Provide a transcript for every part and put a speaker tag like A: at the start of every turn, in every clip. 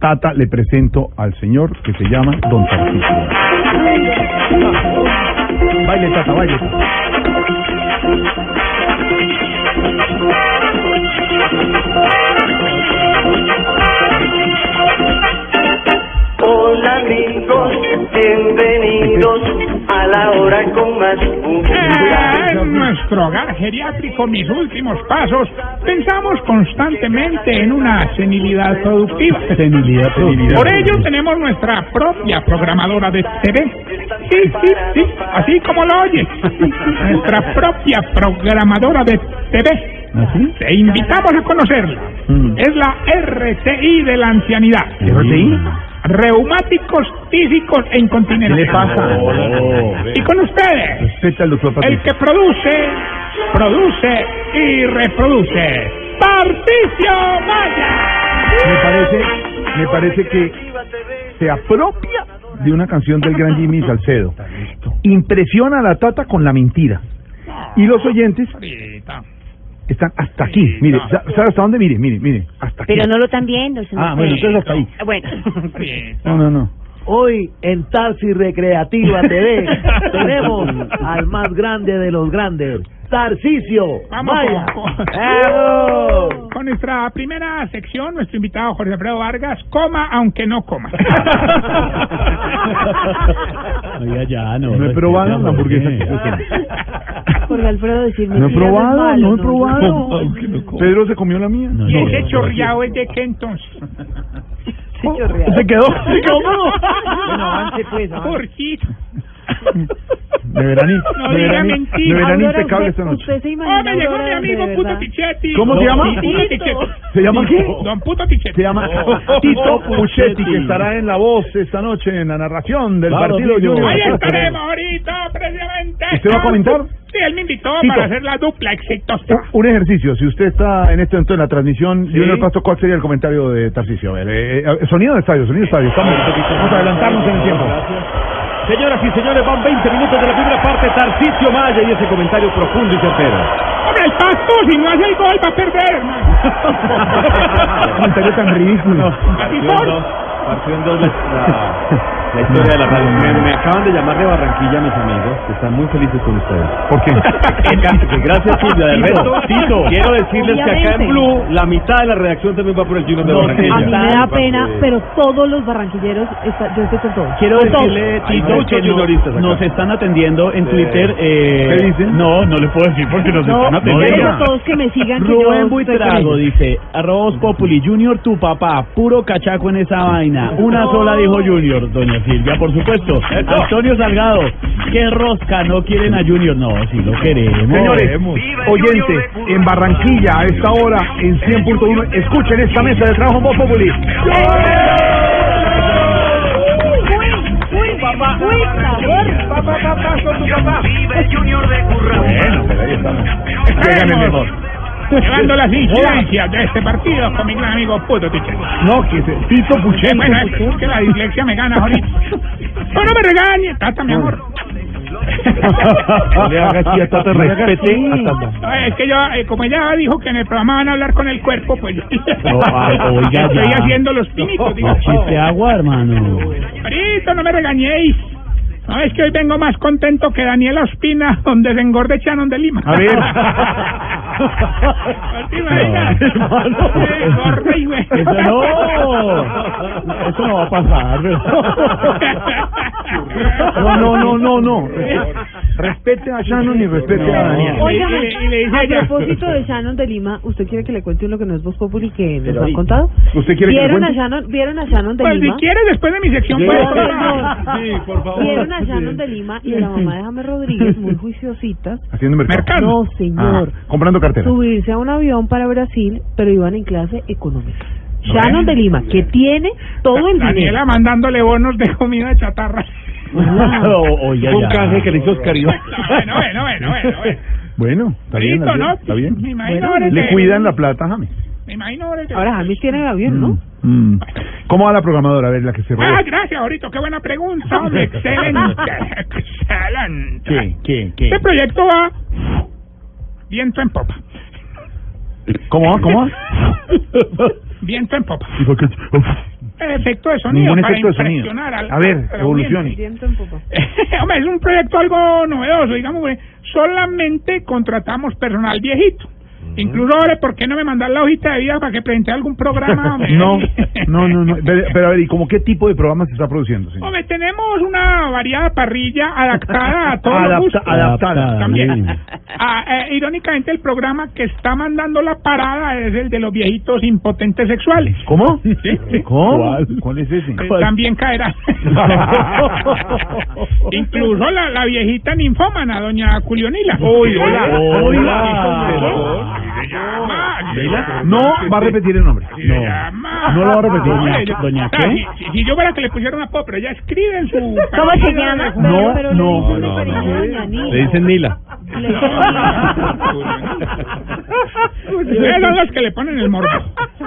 A: Tata, le presento al señor que se llama Don Tarcísio. Baile, Tata, baile.
B: Hola amigos, bienvenidos a la hora con más
C: Ah, En
B: cultura.
C: nuestro hogar geriátrico, mis últimos pasos, pensamos constantemente en una senilidad productiva.
A: Senilidad, senilidad.
C: Por ello tenemos nuestra propia programadora de TV. Sí, sí, sí, así como lo oyes. Nuestra propia programadora de TV.
A: ¿Así?
C: Te invitamos a conocerla.
A: ¿Ah, Mm.
C: Es la RTI de la ancianidad.
A: ¿RTI?
C: Reumáticos, tísicos e
A: ¿Qué
C: incontinencia.
A: le pasa?
C: Y con ustedes.
A: Respeta al doctor
C: El que
A: Patricio.
C: produce, produce y reproduce. ¡Patricio Maya!
A: Me parece, me parece que se apropia de una canción del gran Jimmy Salcedo. Impresiona a la Tata con la mentira. Y los oyentes
C: Ahorita.
A: están hasta aquí. Mire, sa- ¿sabe hasta dónde? Mire, mire, mire. Hasta aquí.
D: Pero no lo están viendo. se
A: Ah,
D: nos
A: bueno,
D: fue.
A: entonces hasta ahí.
D: Bueno,
C: Ahorita.
A: No, no, no.
E: Hoy en Tarsi Recreativa TV tenemos al más grande de los grandes, Tarcisio
C: Vamos
E: Maya.
C: con,
E: ¡Bravo!
C: con nuestra primera sección, nuestro invitado Jorge Alfredo Vargas, coma aunque no coma.
F: Oiga, ya, no.
A: No he probado la hamburguesa que yo
F: Respeta,
A: tengo.
D: Jorge Alfredo decirme.
A: No he
D: si algo es
A: probado,
D: malo,
A: no he probado.
F: No, aunque no como.
A: Pedro se comió la mía.
F: No,
C: ¿Y
F: no,
C: ese
F: no,
C: chorreado es de qué entonces?
A: Se quedó, se quedó.
E: Bueno, avance pues, avance.
C: Jorgito.
A: De veranito,
C: No
A: de
C: diga
A: veranito, de
C: mentira.
A: verano
D: Aurora, usted-
A: impecable esta noche.
D: usted se imagina
C: ¡Oh, me llegó mi
D: Aurora, de
C: amigo Puto
D: verdad.
C: Pichetti!
A: ¿Cómo se
C: Don
A: llama?
C: Puto Pichetti.
A: ¿Se llama qué?
C: Don Puto Pichetti.
A: Se llama Tito Puchetti, que estará en la voz esta noche en la narración del
F: Claro,
A: partido
F: Tito.
A: Junior.
C: Ahí estaremos ahorita, precisamente.
A: ¿Usted va a comentar?
C: Sí, él me invitó
A: Tito.
C: para hacer la dupla exitosa.
A: Un- Un ejercicio, si usted está en este momento en la transmisión, Junior Pasto, ¿cuál sería el comentario de Tarcisio? A ver, eh, eh, sonido de estadio, sonido de estadio. Estamos, vamos a adelantarnos en el tiempo.
F: Señoras y señores, van 20 minutos de la primera parte. Tarcicio Maya y ese comentario profundo y certero.
C: Hombre, el pasto, si no hace el gol, va a perder, hermano.
A: comentario tan ridículo.
C: Así son.
F: Partió en dos la, la- la historia de la radio. Me, me acaban de llamar de Barranquilla mis amigos, que están muy felices con ustedes.
A: ¿Por qué?
F: Que Gracias, Silvia. Del resto, Tito, quiero decirles que acá en
D: Obviamente.
F: Blue, la mitad de la redacción también va por el Junior de
A: No,
F: Barranquilla.
D: A mí me da
F: Parte
D: pena,
F: de-
D: pero todos los barranquilleros, está- yo estoy con todos.
F: Quiero
D: Con todos.
F: decirle, Hay Tito, muchos que no- minoristas acá. nos están atendiendo en Twitter. eh,
A: ¿Qué dicen?
F: No, no les puedo decir porque nos están
D: Quiero
F: atendiendo.
D: a todos que me sigan. que yo
F: Rubén
D: estoy con
F: Buitrago
D: ellos.
F: dice, arroz populi, Junior tu papá, puro cachaco en esa vaina. Una sola dijo Junior, doña Silvia, por supuesto. Antonio Salgado, qué rosca, no quieren a Junior. No, si lo queremos.
A: Señores, oyentes, en Barranquilla, a esta hora, en 100.1, escuchen esta mesa de trabajo Voz Populi.
B: Vive el Junior de Curra.
A: Bueno, pero ahí estamos. Lléganle mejor.
C: Estaremos Llevando las incidencias de este partido con mi gran amigo Puto Pichetti.
A: No, que se- Tito
C: Eh,
A: Puchetti.
C: bueno, es, es que la dislexia me gana ahorita. No, no me regañes, tata, mi amor.
A: No le haga así a Tata, respete a Tata.
C: No, es que yo, eh, como ella dijo que en el programa van a hablar con el cuerpo, pues yo
F: No, ay, oiga,
C: estoy
F: ya.
C: haciendo los pinitos. digo,
F: No, chiste agua, hermano.
C: Marito, no me regañéis. No, es que hoy vengo más contento que Daniela Ospina, donde se engorde Chanon de Lima.
A: A ver.
C: Última vez.
F: hermano.
C: Se engorda y me-
F: Eso no. Eso no va a pasar.
A: No, no, no, no, no. Respete a Shannon y respete a Daniel.
C: Y
D: Óigame,
C: le- y le dice
D: a
C: ella.
D: propósito de Shannon de Lima, ¿usted quiere que le cuente lo que no es Voz Populi que nos han contado?
A: ¿Usted quiere que le
D: ¿Vieron a
A: cuente?
D: Shannon, ¿Vieron a Shannon de
C: Pues si
D: Lima?
C: quieres, después de mi sección, pues, eh,
F: Sí,
C: puedes
D: no,
C: probar.
D: no.
F: Sí, por
D: Vieron a Shannon de Lima y a la mamá de Jame Rodríguez, muy juiciosita.
A: Haciendo mercado.
C: Mercado.
D: No, señor.
A: Ah, comprando cartera.
D: Subirse a un avión para Brasil, pero iban en clase económica. Shannon de Lima, que tiene todo el dinero.
C: Daniela mandándole bonos de comida chatarra.
F: Un canje que le hizo Oscar Iván.
C: Bueno, bueno, bueno, bueno. bueno.
A: Bueno, está bien,
C: Listo,
A: Andrea,
C: ¿no?
A: está bien.
C: Me imagino
A: Bueno,
C: ahora
A: le
C: que-
A: cuidan la plata, James.
C: Me imagino ahora. que-
D: Ahora James tiene el avión, ¿no?
A: Mm. ¿Cómo va la programadora? A ver, la que se robó.
C: Ah, gracias, ahorita. Qué buena pregunta, hombre. Excelente. Excelente.
F: Ah.
A: ¿Qué, qué, qué?
C: Este proyecto va viento en popa.
A: ¿Cómo va, cómo va?
C: Viento en popa.
A: Y fue que-
C: Efecto de sonido
A: Ningún
C: para
A: efecto de sonido.
C: impresionar al-
A: A ver,
C: al
A: evolucione.
D: Viento en popa.
C: Hombre, es un proyecto algo novedoso, digamos, porque solamente contratamos personal viejito. Incluso ahora, ¿por qué no me mandan la hojita de vida para que presente algún programa? hombre?
A: No, no, no, no. Pero, pero a ver, ¿y como qué tipo de programas se está produciendo, señor?
C: Hombre, tenemos una variada parrilla adaptada
A: ah,
C: a todos los
A: Adapta-
C: gustos.
A: adaptada.
C: También.
A: bien.
C: Ah, eh, irónicamente, el programa que está mandando la parada es el de los viejitos impotentes sexuales.
A: ¿Cómo?
C: sí.
A: ¿Cómo? ¿Cuál? es ese?
C: Eh, También caerá. Incluso la, la viejita ninfómana, doña Culionila. Uy,
A: hola. Ah,
C: hola. Se llama, se llama,
A: No, va a repetir el nombre.
C: se llama.
A: No lo va a repetir.
C: Hombre,
F: Doña-
C: yo-
F: doña
C: o sea,
F: qué?
C: Si, si yo fuera que le pusiera una pop, pero ya escribe en su...
D: ¿Cómo se llama?
A: No,
D: pero le
A: no,
D: dicen de
A: no,
D: cariño
A: no.
D: Doña Nila.
F: Le dicen Nila.
D: Le dicen-
C: Ustedes son los que le ponen el morbo.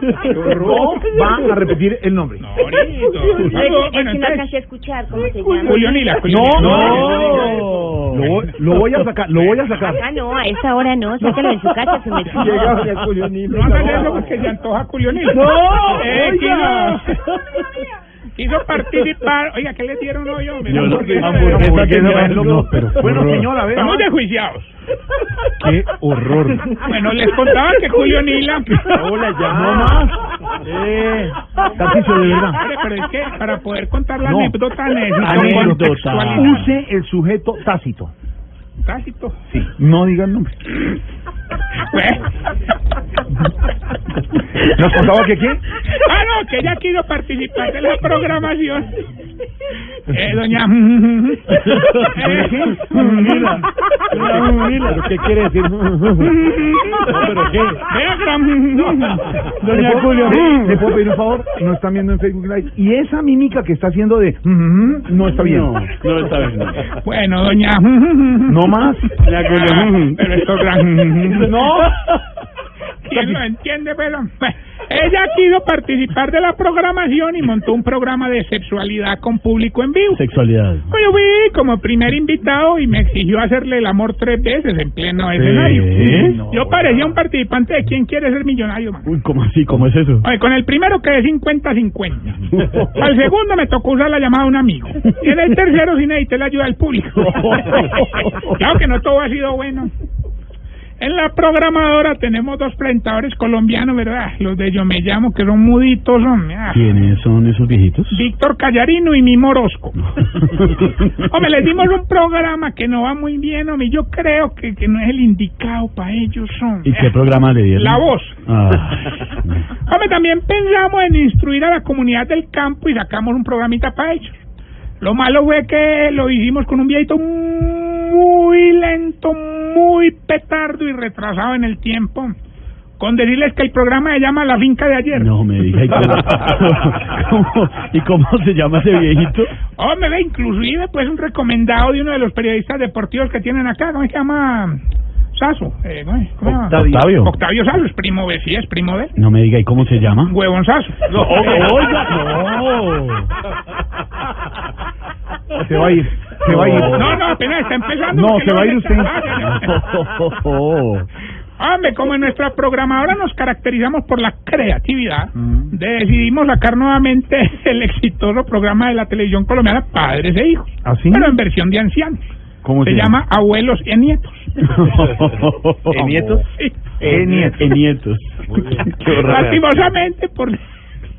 A: No va a repetir el nombre.
C: Bueno, entonces,
G: escuchar cómo se
C: Culionila,
A: No,
C: Culionila. Oh.
A: no. Lo, voy- lo voy a sacar, lo voy a sacar.
G: Acá no, a esta hora no, sácalo en su casa, su mechón.
C: No hagan eso porque se antoja Culionil. ¡No! Eh, quiso, quiso participar. Oiga, ¿qué le dieron hoy, hombre?
F: Yo no-
C: Hamburguesa de-
F: hamburguesa
C: Hamburguesa.
F: que me
A: No,
F: valió.
A: pero-
F: Bueno,
A: horror.
F: señor, a ver.
C: Estamos desjuiciados.
A: Qué horror.
C: Bueno, les contaba que Julio Nila.
F: Hola, ya.
A: No más. Eh, Tarcicio, de verdad.
C: Hombre, Pero es que para poder contar la
A: No.
C: anécdota necesito
F: Anécdota.
C: contextualizar.
A: Use el sujeto tácito.
C: Tácito.
A: No digan nombre.
C: Bueno.
A: ¿Nos contaba que quién?
C: Ah, no, que ella quiso participar de la programación. Eh, doña. Eh, ¿Doña
A: qué? Mira,
F: ¿Pero qué quiere decir? ¿Pero qué?
A: Doña Julio,
C: Mm.
A: ¿le puedo pedir un favor? No están viendo en Facebook Live. Y esa mímica que está haciendo de... mm, No está bien.
F: No está bien.
C: Bueno, doña.
A: No más.
F: Doña Julio.
C: Pero esto gran.
F: No.
C: ¿Quién lo entiende, pero? bueno, Ella quiso participar de la programación y montó un programa de sexualidad con público en vivo.
F: Sexualidad.
C: Pues Yo fui como primer invitado y me exigió hacerle el amor tres veces en pleno escenario.
F: ¿Eh?
C: Yo parecía un participante de ¿Quién quiere ser millonario, man?
F: Uy, ¿cómo así? ¿Cómo es eso?
C: Oye, con el primero quedé 50-50. Al segundo me tocó usar la llamada de un amigo. Y en el tercero sí necesité la ayuda del público. claro que no todo ha sido bueno. En la programadora tenemos dos presentadores colombianos, ¿verdad? Los de Yo Me Llamo, que son muditos, son, ah,
F: ¿Quiénes son esos viejitos?
C: Víctor Callarino y Mimo Orozco. Hombre, les dimos un programa que no va muy bien, hombre. Yo creo que, que no es el indicado para ellos, hombre.
F: ¿Y qué programa le dieron?
C: La voz.
F: Ah,
C: Hombre, también pensamos en instruir a la comunidad del campo y sacamos un programita para ellos. Lo malo fue que lo hicimos con un viejito muy lento, muy petardo y retrasado en el tiempo. Con decirles que el programa se llama La Finca de Ayer.
F: no me diga. ¿Y cómo, cómo- ¿Y cómo se llama ese viejito?
C: Hombre, ve, inclusive, pues, un recomendado de uno de los periodistas deportivos que tienen acá, ¿cómo se llama? Saso. eh, ¿cómo es? ¿Cómo se llama?
F: Octavio.
C: Octavio Saso, es primo de, sí, es primo de él.
F: No me diga. ¿Y cómo se llama?
C: Huevón Saso.
F: oiga,
C: Oh.
F: no.
A: Se va a ir. Se va a ir.
C: No, no, apenas está empezando.
A: No,
C: porque
A: se va a ir
C: está-
A: usted.
C: Ah, ya, ya. Hombre, como en nuestra programadora nos caracterizamos por la creatividad,
A: Mm.
C: decidimos sacar nuevamente el exitoso programa de la televisión colombiana Padres e Hijos,
A: ¿Ah, sí?
C: pero en versión de ancianos.
A: ¿Cómo
C: Se llama Abuelos y Nietos.
F: ¿En nietos?
C: Sí.
F: En nietos. En nietos. Qué
C: Lastimosamente, por,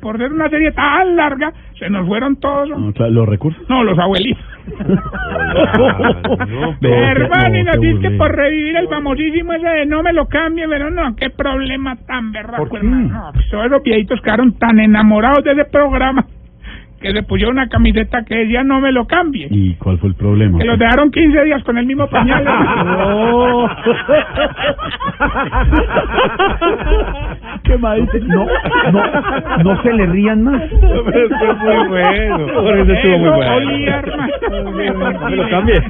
C: por ser una serie tan larga, se nos fueron todos.
A: Mm.
F: No, claro, Los recursos.
C: No, los abuelitos.
F: No, qué-
C: Hermano, y
F: no,
C: nos
F: qué
C: dice que
F: burlé.
C: por revivir el famosísimo ese de no me lo cambie, pero no, qué problema tan berraco, hermano. No, pues, todos los viejitos quedaron tan enamorados de ese programa que se pusieron una camiseta que decía no me lo cambie.
F: ¿Y cuál fue el problema?
C: Que los dejaron 15 días con el mismo pañal.
F: No.
A: Qué mal. No, no, no se le rían más.
H: Pero estuvo muy bueno. Por eso estuvo muy bueno.
C: olía, hermano.
H: Me lo cambié.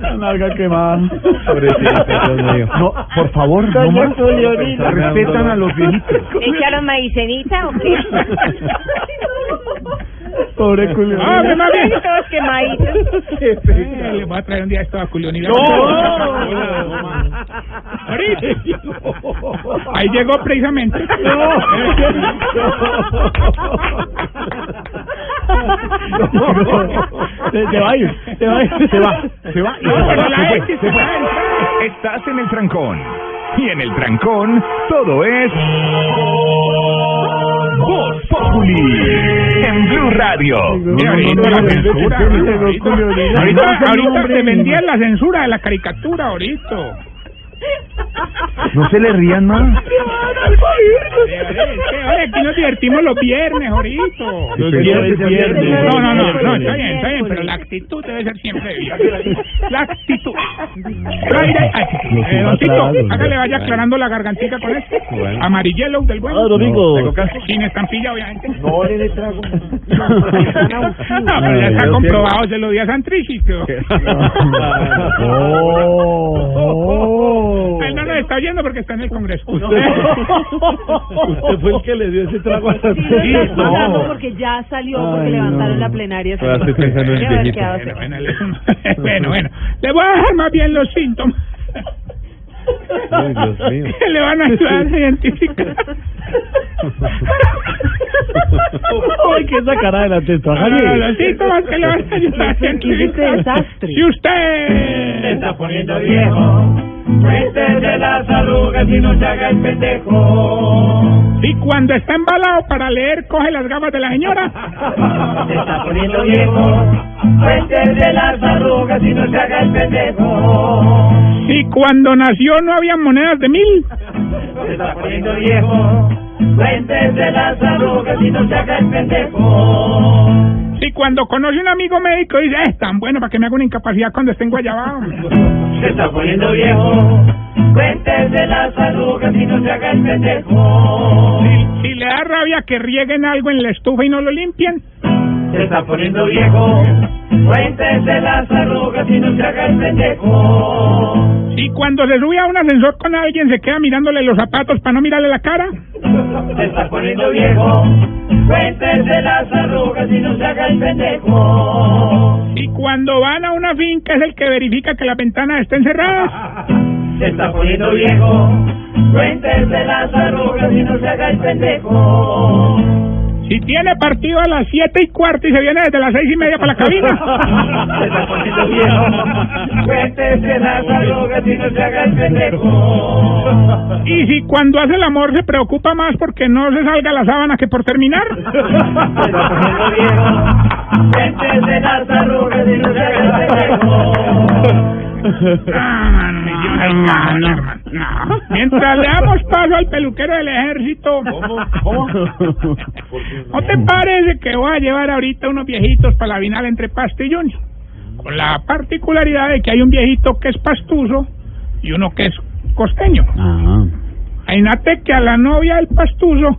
F: La nalga quemada.
H: Pobrecito, Dios mío.
A: No, por favor, no más. Respetan a los viejitos.
G: ¿Le echaron maicenita o qué?
F: Pobre culo.
C: Ah, mi mami.
G: Todos quemaditos.
C: Eh, Le voy a traer un día esto a Culionila. Ahí llegó precisamente.
F: Se, se va a ir, se va a ir.
A: Se va, se va.
C: No, pero la
A: Se fue,
C: X
A: se fue.
I: Estás en el trancón. Y en el trancón, todo es. Voz Populi. En Blue Radio.
C: Y ahorita la censura, ahorita, ahorita, ahorita, ahorita se vendía la censura de la caricatura, ahorita.
A: No se le rían más.
C: Eh, eh, oye, Aquí nos divertimos los viernes, ahorita.
F: Los viernes, viernes.
C: No, no, no, no, está bien, está bien, pero la actitud debe ser siempre bien. La actitud. Ay, ay, ay. Eh, don Tito, hágale vaya aclarando la gargantica con este.
H: Bueno.
C: Amarillo del bueno.
F: Ah, Domingo.
H: Tengo caso.
C: Sin estampilla, obviamente.
E: No le dé trago.
C: No, pero ya está comprobado, se lo di a Santrichi. creo.
F: Oh.
C: Él no nos está oyendo porque está en el Congreso.
F: Usted fue el que le dio ese trago a la
D: Sí, lo estás pagando porque ya salió, porque levantaron la plenaria.
H: Ahora estoy pensando en el
D: Qué haber
H: viejito.
D: quedado
C: Bueno, bueno, él es un- bueno, bueno. Le voy a dejar más bien los síntomas.
H: Ay, Dios mío.
C: Que le van a ayudar a identificar.
F: Ay, que esa cara de la testa.
C: No, no, no, los síntomas Ah, que le van a ayudar a
D: ¿Qué es este
C: identificar.
D: desastre?
C: Si usted
B: está poniendo viejo. Cuéntese las arrugas y no se haga el pendejo.
C: si cuando está embalado para leer coge las gafas de la señora,
B: Se está poniendo viejo. Cuéntese las arrugas y no se haga el pendejo.
C: si cuando nació no había monedas de mil,
B: Se está poniendo viejo. Cuéntese las arrugas y no se haga el pendejo.
C: si cuando conoce un amigo médico dice es tan bueno para que me haga una incapacidad cuando esté en Guayabao.
B: Se está poniendo viejo. Cuéntese las arrugas y no se haga el pendejo.
C: Si, si le da rabia que rieguen algo en la estufa y no lo limpien.
B: Se está poniendo viejo. Cuéntese las arrugas y no se haga el pendejo.
C: Si cuando se sube a un ascensor con alguien se queda mirándole los zapatos para no mirarle la cara.
B: Se está poniendo viejo. Cuéntese las arrugas y no se haga el pendejo.
C: Si cuando van a una finca es el que verifica que las ventanas estén cerradas.
B: Se está poniendo viejo. Cuéntese las arrugas y no se haga el pendejo.
C: Si tiene partido a las siete y cuarto y se viene desde las seis y media para la cabina.
B: Se está poniendo viejo. Cuéntese las arrugas y no se haga el pendejo.
C: Y si cuando hace el amor se preocupa más porque no se salga la sábana que por terminar.
B: Se está poniendo viejo. Cuéntese las arrugas y no se haga el pendejo.
C: Ah, mano, mi Dios, ay, mano, hermano, no. Mientras le damos paso al peluquero del ejército. ¿No te parece que voy a llevar ahorita unos viejitos para la final entre Pasto y Junior? Con la particularidad de que hay un viejito que es pastuso y uno que es costeño.
F: Ah,
C: Ainate que a la novia del pastuso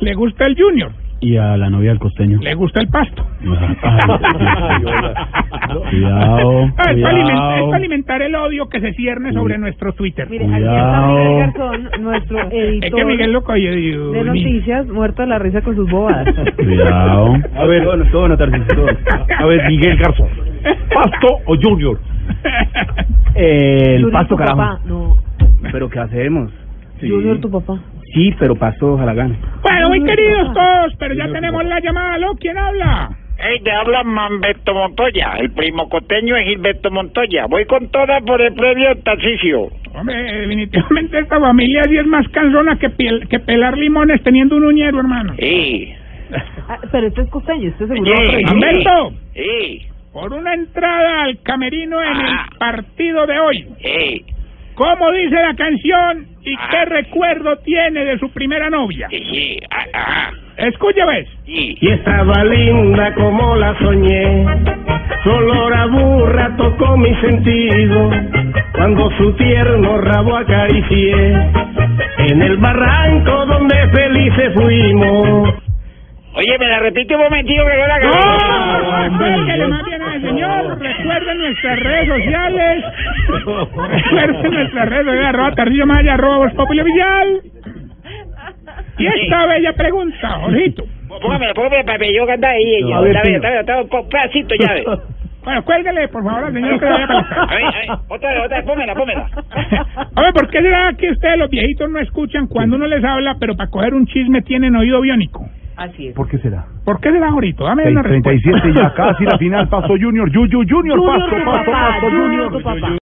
C: le gusta el Junior,
F: y a la novia del costeño.
C: le gusta el pasto.
F: Ay, Cuidado,
C: Ah, Es para alimentar- es
F: cuidado.
C: para alimentar el odio que se cierne sobre nuestro Twitter.
D: Mire, aquí está Miguel Garzón, nuestro editor
C: Es que Miguel loco yo digo,
D: de
C: ni-
D: noticias, muerto de la risa con sus bobadas.
F: Cuidado.
H: A ver, todo, todo, Natarcito, todo. A ver, Miguel Garzón. ¿Pasto o Junior?
D: Junior,
E: El
D: tu
E: pasto,
D: papá,
E: carajo.
D: No,
E: ¿Pero qué hacemos?
D: Junior, tu papá.
E: Sí, pero pasto, ojalá gane.
C: Bueno, muy queridos todos, pero ya tenemos la llamada. ¿Aló? ¿Quién habla?
J: Hey, te habla Mambeto Montoya, el primo coteño es Gilberto Montoya. Voy con todas por el premio Tarcicio.
C: Hombre, eh, definitivamente esta familia sí es más cansona que, piel- que pelar limones teniendo un uñero, hermano.
J: Sí.
D: Ah, pero este es costeño, este seguro.
J: Sí.
D: otro.
C: Humberto,
J: Sí.
C: por una entrada al camerino en
J: Ah.
C: el partido de hoy.
J: Sí.
C: ¿Cómo dice la canción y
J: Ah.
C: qué recuerdo tiene de su primera novia?
J: Sí. Ah, ah.
C: Escucha, pues. ves.
B: Sí. Y estaba linda como la soñé. Su olor a burra tocó mi sentido. Cuando su tierno rabo acaricié. En el barranco donde felices fuimos.
J: Oye, me la repite un momentito que yo la
C: ¡No! Acérquele más bien al señor. Recuerden nuestras redes sociales. Recuerden nuestras redes sociales. Arroba Tarcillo Maya, arroba Voz Populi Oficial. Y esta bella pregunta, Jorgito.
J: Póngamela, póngamela para que yo cante ahí.
C: No,
J: ella.
C: a ver,
J: está bien,
C: tío.
J: está bien, está bien. Pon- Pedacito, ya ves.
C: Bueno, cuélguele, por favor, al señor que le vaya a
J: A
C: preguntar.
J: ver, a ver, otra vez, otra vez, pónmela, pónmela.
C: A ver, ¿por qué será que ustedes los viejitos no escuchan cuando uno les habla, pero para coger un chisme tienen oído biónico?
D: Así es.
A: ¿Por qué será?
C: ¿Por qué será, Jorgito? Dame una respuesta.
A: 37 ya casi la final. Paso Junior. Yu, yu, junior,
D: Junior,
A: Paso,
D: tu
A: Paso,
D: papá,
A: Paso
D: Junior,
A: Junior.
D: tu papá.